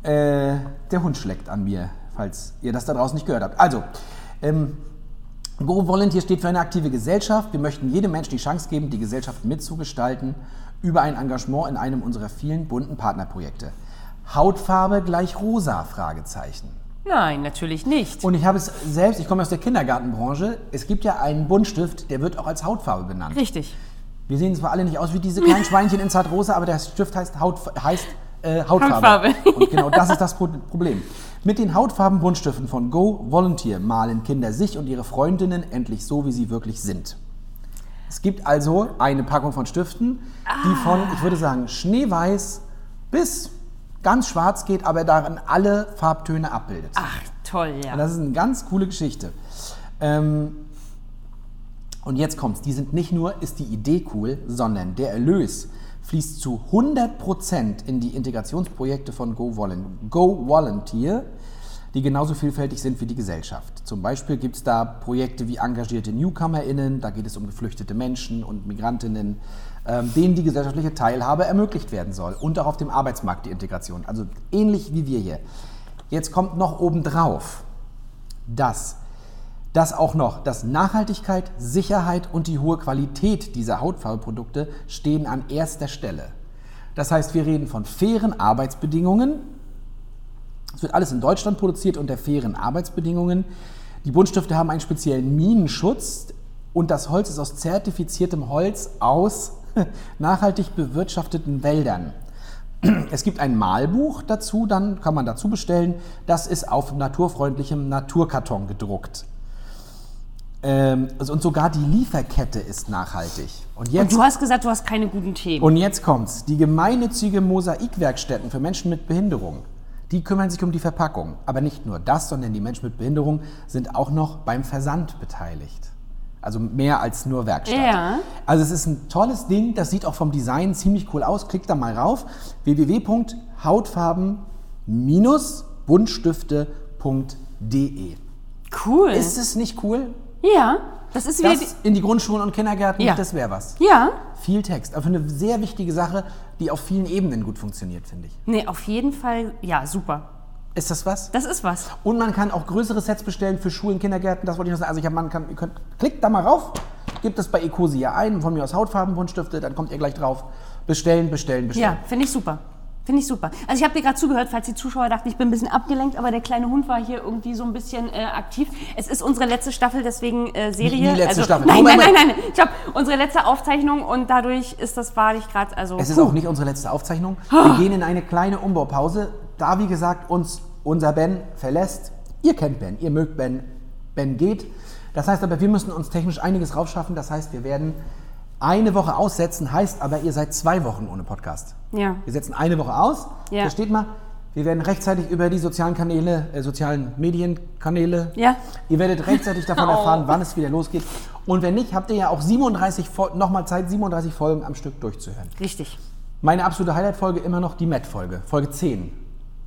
B: Äh, der Hund schlägt an mir, falls ihr das da draußen nicht gehört habt. Also, ähm, Go Volunteer steht für eine aktive Gesellschaft. Wir möchten jedem Menschen die Chance geben, die Gesellschaft mitzugestalten über ein Engagement in einem unserer vielen bunten Partnerprojekte. Hautfarbe gleich rosa? Fragezeichen.
C: Nein, natürlich nicht.
B: Und ich habe es selbst, ich komme aus der Kindergartenbranche, es gibt ja einen Buntstift, der wird auch als Hautfarbe benannt.
C: Richtig.
B: Wir sehen zwar alle nicht aus wie diese kleinen Schweinchen in Zartrosa, aber der Stift heißt, Haut, heißt äh, Hautfarbe.
C: Hautfarbe.
B: Und genau das ist das Pro- Problem. Mit den Hautfarben-Buntstiften von Go Volunteer malen Kinder sich und ihre Freundinnen endlich so, wie sie wirklich sind. Es gibt also eine Packung von Stiften, die von, ich würde sagen, schneeweiß bis ganz schwarz geht, aber darin alle Farbtöne abbildet.
C: Ach, toll, ja.
B: Und Das ist eine ganz coole Geschichte. Ähm, und jetzt kommt's. Die sind nicht nur, ist die Idee cool, sondern der Erlös fließt zu 100% in die Integrationsprojekte von Go, Volun Go Volunteer, die genauso vielfältig sind wie die Gesellschaft. Zum Beispiel gibt es da Projekte wie engagierte NewcomerInnen, da geht es um geflüchtete Menschen und MigrantInnen, ähm, denen die gesellschaftliche Teilhabe ermöglicht werden soll und auch auf dem Arbeitsmarkt die Integration. Also ähnlich wie wir hier. Jetzt kommt noch obendrauf, dass dass auch noch, dass Nachhaltigkeit, Sicherheit und die hohe Qualität dieser Hautfarbeprodukte stehen an erster Stelle. Das heißt, wir reden von fairen Arbeitsbedingungen. Es wird alles in Deutschland produziert unter fairen Arbeitsbedingungen. Die Buntstifte haben einen speziellen Minenschutz und das Holz ist aus zertifiziertem Holz aus [laughs] nachhaltig bewirtschafteten Wäldern. Es gibt ein Malbuch dazu, dann kann man dazu bestellen. Das ist auf naturfreundlichem Naturkarton gedruckt. Ähm, also- und sogar die Lieferkette ist nachhaltig. Und jetzt
C: Und du hast gesagt, du hast keine guten Themen.
B: und jetzt kommt's. Die gemeinnützige Mosaikwerkstätten für Menschen mit Behinderung. Die kümmern sich um die Verpackung. Aber nicht nur das, sondern die Menschen mit Behinderung sind auch noch beim Versand beteiligt. Also mehr als nur Werkstatt.
C: Ja.
B: Also es ist ein tolles Ding, das sieht auch vom Design ziemlich cool aus. Klickt da mal rauf. www.hautfarben-buntstifte.de
C: cool.
B: Ist es nicht cool?
C: ja, das ist wieder.
B: Das in die Grundschulen und Kindergärten,
C: Ja.
B: das wäre was.
C: die- ja,
B: Viel Text, aber für eine sehr wichtige Sache, die auf vielen Ebenen gut funktioniert, finde ich.
C: nee, auf jeden Fall, ja, super.
B: Ist das was?
C: Das ist was.
B: Und man kann auch größere Sets bestellen für Schulen, Kindergärten, das wollte ich noch sagen. Also ich habe, man kann, ihr könnt, klickt da mal rauf, gebt das bei Ecosia ein, von mir aus Hautfarben, Buntstifte, dann kommt ihr gleich drauf. Bestellen, bestellen, bestellen.
C: Ja, finde ich super. Finde ich super. Also ich habe dir gerade zugehört, falls die Zuschauer dachten, ich bin ein bisschen abgelenkt, aber der kleine Hund war hier irgendwie so ein bisschen äh, aktiv. Es ist unsere letzte Staffel, deswegen äh, Serie.
B: Wie die letzte
C: also,
B: Staffel?
C: Nein,
B: Moment,
C: nein, nein, nein. Ich habe unsere letzte Aufzeichnung und dadurch ist das war ich gerade also.
B: Es ist auch nicht unsere letzte Aufzeichnung. Wir gehen in eine kleine Umbaupause, da wie gesagt uns unser Ben verlässt. Ihr kennt Ben, ihr mögt Ben, Ben geht. Das heißt aber, wir müssen uns technisch einiges raufschaffen. Das heißt, wir werden eine Woche aussetzen, heißt aber, ihr seid zwei Wochen ohne Podcast.
C: Ja.
B: Wir setzen eine Woche aus.
C: Ja.
B: Versteht mal? Wir werden rechtzeitig über die sozialen Kanäle, äh, sozialen Medienkanäle.
C: Ja.
B: Ihr werdet rechtzeitig davon
C: [laughs] Oh.
B: erfahren, wann es wieder losgeht. Und wenn nicht, habt ihr ja auch 37 Fol- nochmal Zeit, 37 Folgen am Stück durchzuhören.
C: Richtig.
B: Meine absolute Highlight-Folge immer noch die Met-Folge, Folge 10.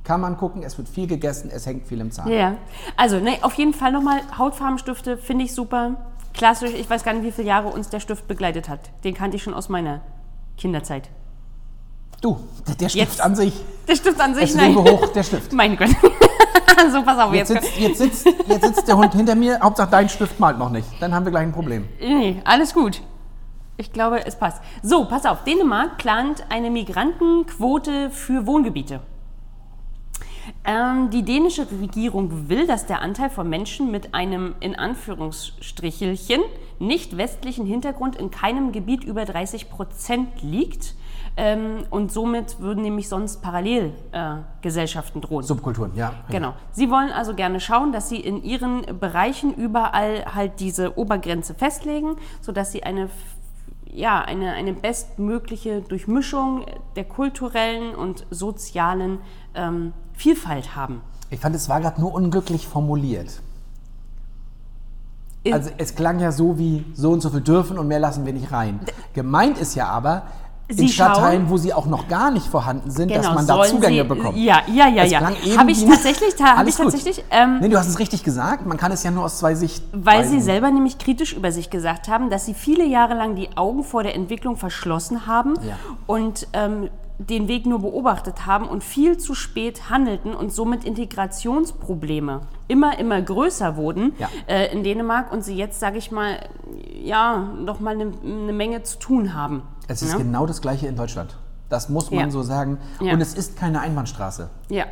B: Kann man gucken, es wird viel gegessen, es hängt viel im Zahn.
C: Ja, ja. Also, ne, auf jeden Fall nochmal Hautfarbenstifte, finde ich super. Klassisch, ich weiß gar nicht, wie viele Jahre uns der Stift begleitet hat. Den kannte ich schon aus meiner Kinderzeit.
B: Du, der, der Stift
C: Jetzt.
B: an sich,
C: Der Stift an sich,
B: es
C: nein.
B: lebe hoch, der Stift.
C: [laughs] Mein Gott. so, pass auf,
B: Jetzt
C: jetzt.
B: sitzt, jetzt, sitzt, jetzt sitzt der Hund hinter mir, Hauptsache dein Stift malt noch nicht, dann haben wir gleich ein Problem.
C: Nee, alles gut. Ich glaube, es passt. So, pass auf. Dänemark plant eine Migrantenquote für Wohngebiete. Ähm, die dänische Regierung will, dass der Anteil von Menschen mit einem in Anführungsstrichelchen nicht westlichen Hintergrund in keinem Gebiet über 30 Prozent liegt. Ähm, und somit würden nämlich sonst Parallelgesellschaften äh, Gesellschaften drohen.
B: Subkulturen, ja.
C: Genau. Sie wollen also gerne schauen, dass Sie in Ihren Bereichen überall halt diese Obergrenze festlegen, sodass Sie eine, f- ja, eine, eine bestmögliche Durchmischung der kulturellen und sozialen ähm, Vielfalt haben.
B: Ich fand, es war gerade nur unglücklich formuliert.
C: In-
B: Also es klang ja so wie, so und so viel dürfen und mehr lassen wir nicht rein. Gemeint ist ja aber, in
C: Sie
B: Stadtteilen,
C: schauen- Genau,
B: wo sie auch noch gar nicht vorhanden sind, dass man da
C: sollen
B: Zugänge
C: Sie-
B: bekommt.
C: Ja, ja, ja,
B: Es
C: ja.
B: klang eben
C: Habe ich
B: wie-
C: tatsächlich, ta hab
B: Alles
C: ich
B: gut.
C: tatsächlich ähm,
B: Nee, du hast es richtig gesagt. Man kann es ja nur aus zwei Sichtweisen.
C: Weil sie selber nämlich kritisch über sich gesagt haben, dass sie viele Jahre lang die Augen vor der Entwicklung verschlossen haben
B: Ja.
C: und ähm, den Weg nur beobachtet haben und viel zu spät handelten und somit Integrationsprobleme immer, immer größer wurden
B: Ja.
C: äh, in Dänemark und sie jetzt, sage ich mal, ja, noch mal eine eine Menge zu tun haben.
B: Es ist
C: ne?
B: genau das Gleiche in Deutschland. Das muss man
C: Ja.
B: so sagen.
C: Ja.
B: Äh. Und es ist keine Einbahnstraße.
C: Ja,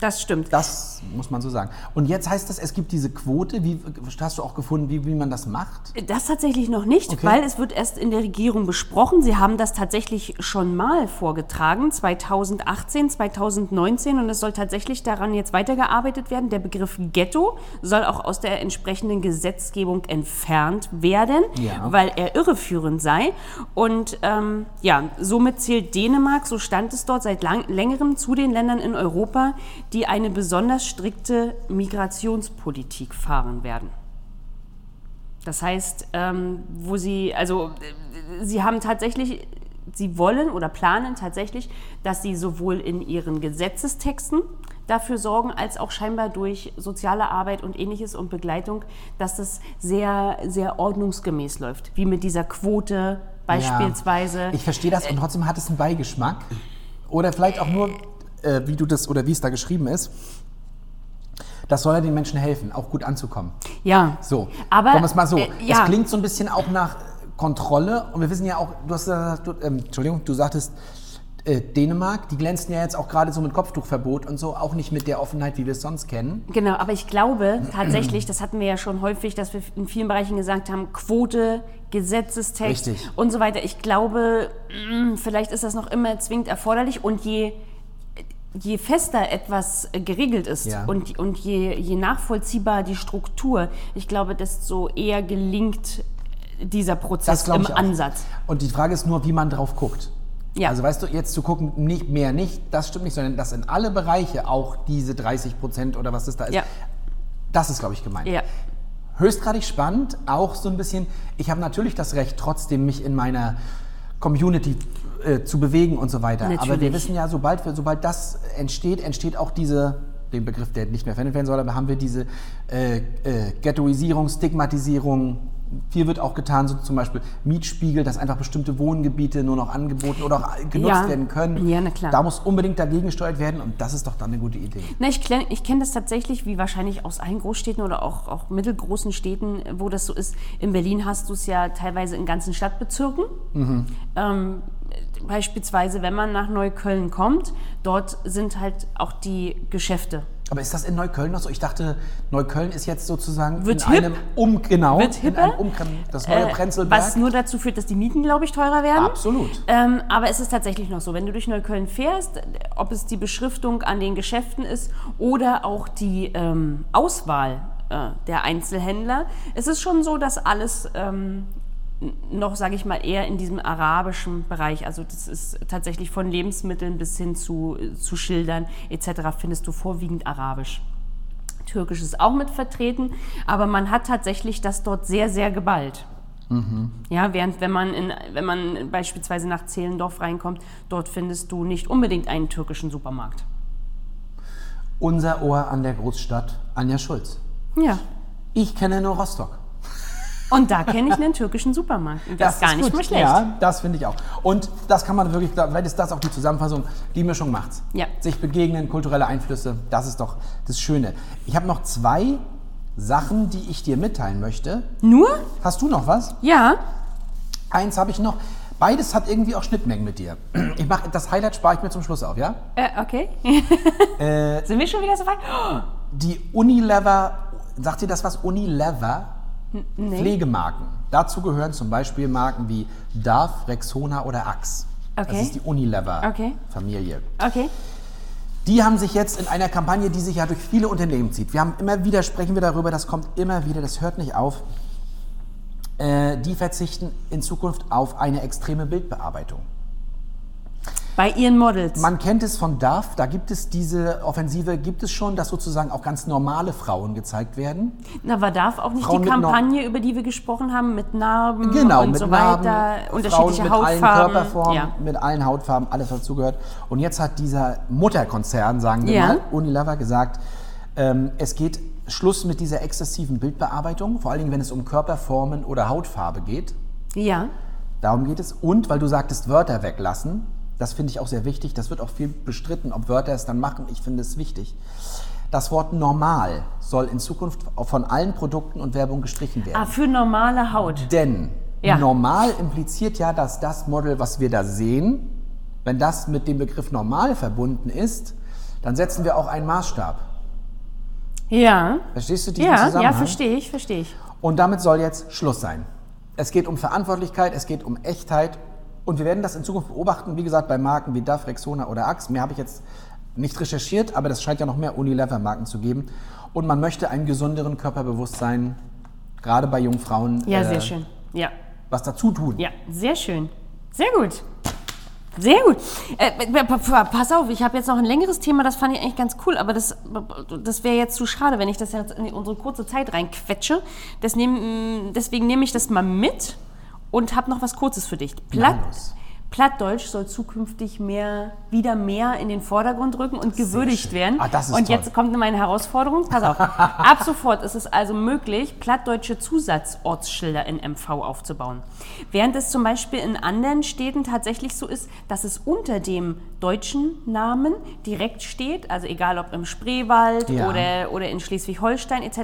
C: Das stimmt.
B: Das muss man so sagen. Und jetzt heißt das, es gibt diese Quote. Wie hast du auch gefunden, wie, wie man das macht?
C: Das tatsächlich noch nicht,
B: Okay.
C: weil es wird erst in der Regierung besprochen. Sie haben das tatsächlich schon mal vorgetragen, 2018, 2019. Und es soll tatsächlich daran jetzt weitergearbeitet werden. Der Begriff Ghetto soll auch aus der entsprechenden Gesetzgebung entfernt werden,
B: Ja.
C: weil er irreführend sei. Und ähm, ja, somit zählt Dänemark, so stand es dort seit lang, längerem, zu den Ländern in Europa, die eine besonders strikte Migrationspolitik fahren werden. Das heißt, ähm, wo sie, also äh, sie haben tatsächlich, sie wollen oder planen tatsächlich, dass sie sowohl in ihren Gesetzestexten dafür sorgen, als auch scheinbar durch soziale Arbeit und ähnliches und Begleitung, dass das sehr, sehr ordnungsgemäß läuft. Wie mit dieser Quote beispielsweise. Äh,
B: Ich verstehe das und trotzdem hat es einen Beigeschmack. Oder vielleicht auch nur, äh, wie du das oder wie es da geschrieben ist. Das soll ja den Menschen helfen, auch gut anzukommen.
C: ja.
B: So,
C: Aber,
B: sagen wir es mal so.
C: äh, ja.
B: Es klingt so ein bisschen auch nach äh, Kontrolle. Und wir wissen ja auch, du hast gesagt, du, ähm, Entschuldigung, du sagtest äh, Dänemark, die glänzen ja jetzt auch gerade so mit Kopftuchverbot und so, auch nicht mit der Offenheit, wie wir es sonst kennen.
C: Genau, aber
B: [clears throat]
C: ich glaube tatsächlich, das hatten wir ja schon häufig, dass wir in vielen Bereichen gesagt haben, Quote, Gesetzestext
B: Richtig.
C: und so weiter. Ich glaube, mm, vielleicht ist das noch immer zwingend erforderlich und je je fester etwas äh, geregelt ist
B: Ja.
C: und, und je, je nachvollziehbar die Struktur, ich glaube, desto eher gelingt dieser
B: Das
C: Prozess
B: glaube
C: im
B: ich auch.
C: Ansatz.
B: Und die Frage ist nur, wie man drauf guckt.
C: Ja.
B: Also weißt du, jetzt zu gucken, nicht mehr nicht, das stimmt nicht, sondern dass in alle Bereiche auch diese 30 Prozent oder was das da ist,
C: Ja,
B: das ist, glaube ich, gemeint.
C: ja,
B: Höchstgradig spannend, auch so ein bisschen, ich habe natürlich das Recht, trotzdem mich in meiner Community äh, zu bewegen und so weiter. Aber wir
C: Natürlich.
B: wissen ja, sobald, wir, sobald das entsteht, entsteht auch diese, den Begriff, der nicht mehr verwendet werden soll, aber haben wir diese äh, äh, Ghettoisierung, Stigmatisierung. Viel wird auch getan, so zum Beispiel Mietspiegel, dass einfach bestimmte Wohngebiete nur noch angeboten oder auch genutzt
C: Ja.
B: werden können.
C: Ja, na klar.
B: Da muss unbedingt dagegen gesteuert werden und das ist doch dann eine gute Idee.
C: Na, ich kenne ich kenn das tatsächlich, wie wahrscheinlich aus allen Großstädten oder auch, auch mittelgroßen Städten, wo das so ist. In Berlin hast du es ja teilweise in ganzen Stadtbezirken. Ähm, beispielsweise, wenn man nach Neukölln kommt, dort sind halt auch die Geschäfte.
B: Aber ist das in Neukölln noch so? Ich dachte, Neukölln ist jetzt sozusagen
C: Wird
B: in
C: hip.
B: einem Um genau
C: Wird
B: in
C: hipper.
B: einem Umkrem das neue
C: Äh,
B: Prenzlberg.
C: was nur dazu führt, dass die Mieten, glaube ich, teurer werden.
B: Absolut.
C: Ähm, aber es ist tatsächlich noch so, wenn du durch Neukölln fährst, ob es die Beschriftung an den Geschäften ist oder auch die ähm, Auswahl äh, der Einzelhändler, es ist schon so, dass alles ähm, n- noch, sage ich mal, eher in diesem arabischen Bereich, also das ist tatsächlich von Lebensmitteln bis hin zu, zu Schildern etc., findest du vorwiegend arabisch. Türkisch ist auch mit vertreten, aber man hat tatsächlich das dort sehr, sehr geballt. Ja, während wenn man, in, wenn man beispielsweise nach Zehlendorf reinkommt, dort findest du nicht unbedingt einen türkischen Supermarkt.
B: Unser Ohr an der Großstadt Anja Schulz.
C: Ja.
B: Ich kenne nur Rostock.
C: Und da kenne ich einen
B: [laughs]
C: türkischen Supermarkt. Und das, ist gar nicht
B: gut.
C: mal schlecht.
B: Ja, das finde ich auch. Und das kann man wirklich, vielleicht ist das auch die Zusammenfassung, die Mischung macht's.
C: Ja.
B: Sich begegnen, kulturelle Einflüsse, das ist doch das Schöne. Ich habe noch zwei Sachen, die ich dir mitteilen möchte.
C: Nur?
B: Hast du noch was?
C: Ja.
B: Eins habe ich noch. Beides hat irgendwie auch Schnittmengen mit dir. Ich mach, das Highlight spare ich mir zum Schluss auf, ja?
C: Äh, okay.
B: Äh.
C: [laughs] Sind wir schon wieder so weit? [gasps] Oh,
B: Die Unilever, sagt ihr das was? Unilever Pflegemarken. Dazu gehören zum Beispiel Marken wie Dove, Rexona oder Axe. Das
C: Okay.
B: ist die Unilever
C: Okay.
B: Familie.
C: Okay.
B: Die haben sich jetzt in einer Kampagne, die sich ja durch viele Unternehmen zieht. Wir haben immer wieder, sprechen wir darüber, das kommt immer wieder, das hört nicht auf. Äh, die verzichten in Zukunft auf eine extreme Bildbearbeitung.
C: Bei ihren Models.
B: Man kennt es von Dove, da gibt es diese Offensive, gibt es schon, dass sozusagen auch ganz normale Frauen gezeigt werden.
C: Na, war darf auch nicht
B: Frauen
C: die
B: mit Nor-
C: Kampagne, über die wir gesprochen haben, mit Narben
B: Genau,
C: Mhm. und
B: mit
C: so
B: Narben,
C: weiter,
B: Frauen
C: unterschiedliche
B: mit
C: Hautfarben.
B: allen Körperformen,
C: Ja.
B: mit allen Hautfarben, alles was dazugehört. Und jetzt hat dieser Mutterkonzern, sagen wir
C: Ja.
B: mal, Unilever gesagt, ähm, es geht Schluss mit dieser exzessiven Bildbearbeitung, vor allen Dingen, wenn es um Körperformen oder Hautfarbe geht.
C: ja.
B: Darum geht es. Und weil du sagtest, Wörter weglassen, das finde ich auch sehr wichtig. Das wird auch viel bestritten, ob Wörter es dann machen. Ich finde es wichtig. Das Wort normal soll in Zukunft von allen Produkten und Werbung gestrichen werden.
C: Ah, für normale Haut.
B: Denn
C: Ja.
B: normal impliziert ja, dass das Model, was wir da sehen, wenn das mit dem Begriff normal verbunden ist, dann setzen wir auch einen Maßstab.
C: Ja.
B: Verstehst du diesen
C: Ja, ja,
B: Zusammenhang?
C: verstehe ich, verstehe ich.
B: Und damit soll jetzt Schluss sein. Es geht um Verantwortlichkeit, es geht um Echtheit. Und wir werden das in Zukunft beobachten, wie gesagt, bei Marken wie DAF, Rexona oder Axe. Mehr habe ich jetzt nicht recherchiert, aber das scheint ja noch mehr Unilever-Marken zu geben. Und man möchte einen gesünderen Körperbewusstsein, gerade bei jungen Frauen,
C: Ja,
B: äh,
C: sehr schön. Ja,
B: was dazu tun.
C: ja, sehr schön. Sehr gut. Sehr gut. Äh, pa- pa- pa- pass auf, ich habe jetzt noch ein längeres Thema, das fand ich eigentlich ganz cool, aber das, das wäre jetzt zu schade, wenn ich das jetzt in unsere kurze Zeit reinquetsche. Das nehm, mm, deswegen nehme ich das mal mit und habe noch was Kurzes für dich. Platt,
B: Na los.
C: Plattdeutsch soll zukünftig mehr, wieder mehr in den Vordergrund rücken und gewürdigt werden.
B: Ah, das ist
C: und
B: toll.
C: jetzt kommt meine Herausforderung. Pass auf. Ab sofort ist es also möglich, plattdeutsche Zusatzortsschilder in MV aufzubauen. Während es zum Beispiel in anderen Städten tatsächlich so ist, dass es unter dem deutschen Namen direkt steht, also egal ob im Spreewald
B: Ja.
C: oder, oder in Schleswig-Holstein etc.,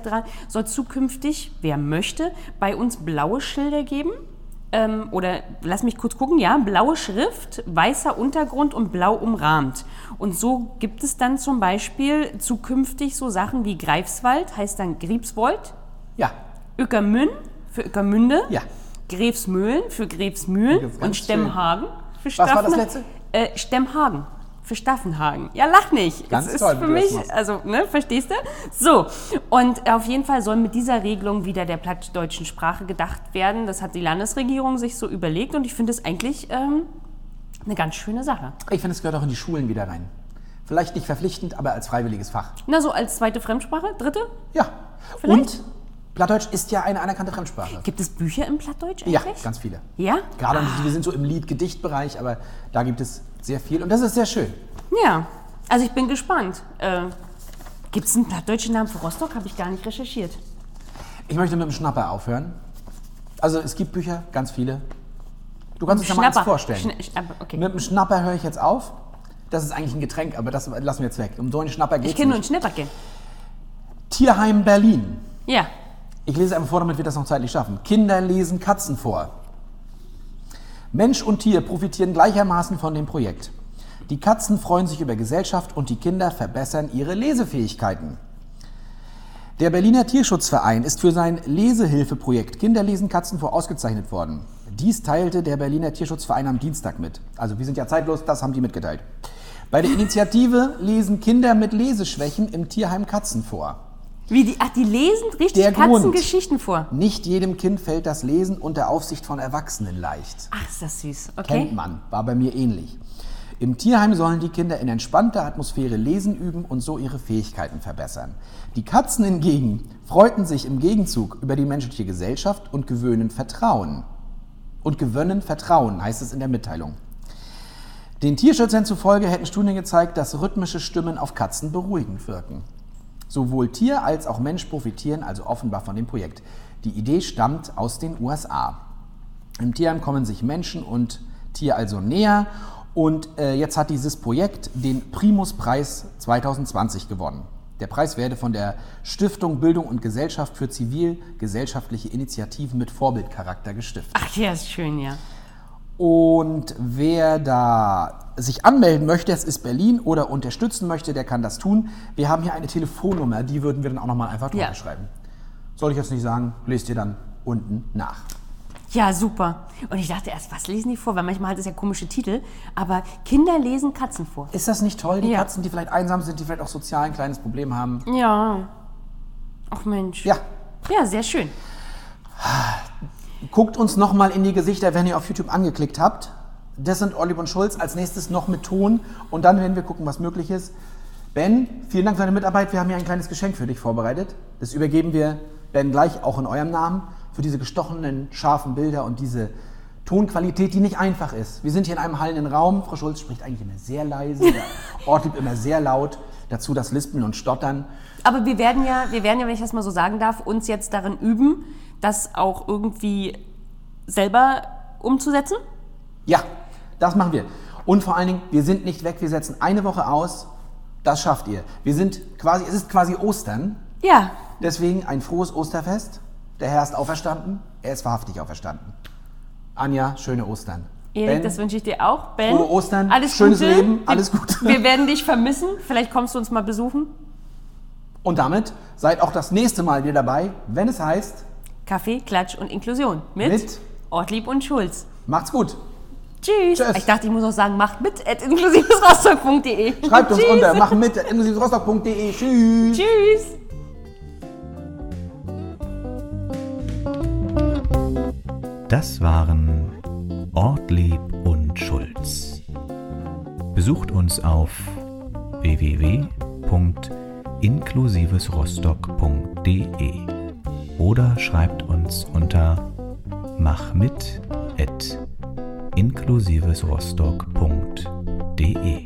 C: soll zukünftig, wer möchte, bei uns blaue Schilder geben. Ähm, oder lass mich kurz gucken, ja, blaue Schrift, weißer Untergrund und blau umrahmt. Und so gibt es dann zum Beispiel zukünftig so Sachen wie Greifswald, heißt dann Griebswold,
B: Ja,
C: Öckermünn für Öckermünde,
B: ja.
C: Grefsmühlen für
B: Das
C: Grefsmühlen
B: ist ganz
C: und Stemmhagen für
B: war das
C: Staffenhagen.
B: letzte?
C: Äh, Stemmhagen für Staffenhagen. Ja, lach nicht.
B: Ganz
C: es ist
B: toll, wie
C: für
B: du das
C: mich,
B: machst.
C: also, ne, verstehst du? So, und äh, auf jeden Fall soll mit dieser Regelung wieder der plattdeutschen Sprache gedacht werden. Das hat die Landesregierung sich so überlegt und ich finde es eigentlich ähm, eine ganz schöne Sache.
B: Ich finde, es gehört auch in die Schulen wieder rein. Vielleicht nicht verpflichtend, aber als freiwilliges Fach.
C: Na, so als zweite Fremdsprache, dritte?
B: Ja.
C: Vielleicht?
B: Und Plattdeutsch ist ja eine anerkannte Fremdsprache.
C: Gibt es Bücher im Plattdeutsch
B: Ja,
C: eigentlich?
B: ganz viele.
C: Ja?
B: Gerade, wir sind so im Lied-Gedichtbereich, aber da gibt es sehr viel und das ist sehr schön.
C: Ja, also ich bin gespannt. Äh, Gibt es einen plattdeutschen Namen für Rostock? Habe ich gar nicht recherchiert.
B: Ich möchte mit dem Schnapper aufhören. Also es gibt Bücher, ganz viele. Du kannst es dir mal eins
C: Schnapper.
B: vorstellen.
C: Schna Schnapper, okay.
B: mit dem Schnapper höre ich jetzt auf. Das ist eigentlich ein Getränk, aber das lassen wir jetzt weg. Um so einen Schnapper geht
C: ich
B: es
C: kenne nur einen
B: nicht.
C: Schnäpperke.
B: Tierheim Berlin.
C: Ja.
B: Ich lese einfach vor, damit wir das noch zeitlich schaffen. Kinder lesen Katzen vor. Mensch und Tier profitieren gleichermaßen von dem Projekt. Die Katzen freuen sich über Gesellschaft und die Kinder verbessern ihre Lesefähigkeiten. Der Berliner Tierschutzverein ist für sein Lesehilfeprojekt Kinderlesen Katzen vor ausgezeichnet worden. Dies teilte der Berliner Tierschutzverein am Dienstag mit. Also wir sind ja zeitlos, das haben die mitgeteilt. Bei der Initiative lesen Kinder mit Leseschwächen im Tierheim Katzen vor.
C: Wie die, ach, die lesen richtig
B: Der
C: Katzengeschichten vor.
B: Nicht jedem Kind fällt das Lesen unter Aufsicht von Erwachsenen leicht.
C: Ach, ist das süß.
B: Kennt
C: Okay.
B: man, war bei mir ähnlich. Im Tierheim sollen die Kinder in entspannter Atmosphäre lesen üben und so ihre Fähigkeiten verbessern. Die Katzen hingegen freuten sich im Gegenzug über die menschliche Gesellschaft und gewöhnen Vertrauen. Und gewöhnen Vertrauen, heißt es in der Mitteilung. Den Tierschützern zufolge hätten Studien gezeigt, dass rhythmische Stimmen auf Katzen beruhigend wirken. Sowohl Tier als auch Mensch profitieren also offenbar von dem Projekt. Die Idee stammt aus den USA. Im Tierheim kommen sich Menschen und Tier also näher. Und äh, jetzt hat dieses Projekt den Primus-Preis 2020 gewonnen. Der Preis werde von der Stiftung Bildung und Gesellschaft für zivilgesellschaftliche Initiativen mit Vorbildcharakter gestiftet.
C: Ach ja, ist schön, ja.
B: Und wer da sich anmelden möchte, es ist Berlin, oder unterstützen möchte, der kann das tun. Wir haben hier eine Telefonnummer, die würden wir dann auch nochmal einfach drunter
C: Ja.
B: schreiben. Soll ich jetzt nicht sagen, lest ihr dann unten nach.
C: Ja, super. Und ich dachte erst, was lesen die vor? Weil manchmal hat es ja komische Titel. Aber Kinder lesen Katzen vor.
B: Ist das nicht toll, die
C: Ja.
B: Katzen, die vielleicht einsam sind, die vielleicht auch sozial ein kleines Problem haben?
C: Ja. Ach Mensch.
B: Ja,
C: Ja, sehr schön.
B: guckt uns nochmal in die Gesichter, wenn ihr auf YouTube angeklickt habt. Das sind Olli und Schulz, als nächstes noch mit Ton und dann werden wir gucken, was möglich ist. Ben, vielen Dank für deine Mitarbeit. Wir haben hier ein kleines Geschenk für dich vorbereitet. Das übergeben wir Ben gleich auch in eurem Namen für diese gestochenen, scharfen Bilder und diese Tonqualität, die nicht einfach ist. Wir sind hier in einem hallenden Raum. Frau Schulz spricht eigentlich immer sehr leise, der Ortlieb immer sehr laut. Dazu das Lispeln und Stottern.
C: Aber wir werden ja, wir werden ja, wenn ich das mal so sagen darf, uns jetzt darin üben, das auch irgendwie selber umzusetzen.
B: Ja, das machen wir. Und vor allen Dingen, wir sind nicht weg, wir setzen eine Woche aus. Das schafft ihr. Wir sind quasi, es ist quasi Ostern.
C: Ja.
B: Deswegen ein frohes Osterfest. Der Herr ist auferstanden, er ist wahrhaftig auferstanden. Anja, schöne Ostern.
C: Erik,
B: Ben.
C: das wünsche ich dir auch. Ben,
B: Frohe Ostern,
C: alles
B: schönes
C: Gute.
B: Leben, alles Gute.
C: [laughs] Wir, wir werden dich vermissen. Vielleicht kommst du uns mal besuchen.
B: Und damit seid auch das nächste Mal wieder dabei, wenn es heißt,
C: Kaffee, Klatsch und Inklusion mit,
B: Mit?
C: Ortlieb und Schulz.
B: macht's gut.
C: Tschüss.
B: Tschüss.
C: Ich dachte, ich muss noch sagen, macht mit at inklusivesrostock.de.
B: Schreibt uns
C: Tschüss.
B: unter, macht mit, inklusivrostock.de. E. Tschüss.
C: Tschüss.
A: Das waren Ortlieb und Schulz. Besucht uns auf www.inklusivesrostock.de E oder schreibt uns unter machmit@inklusivesrostock.de.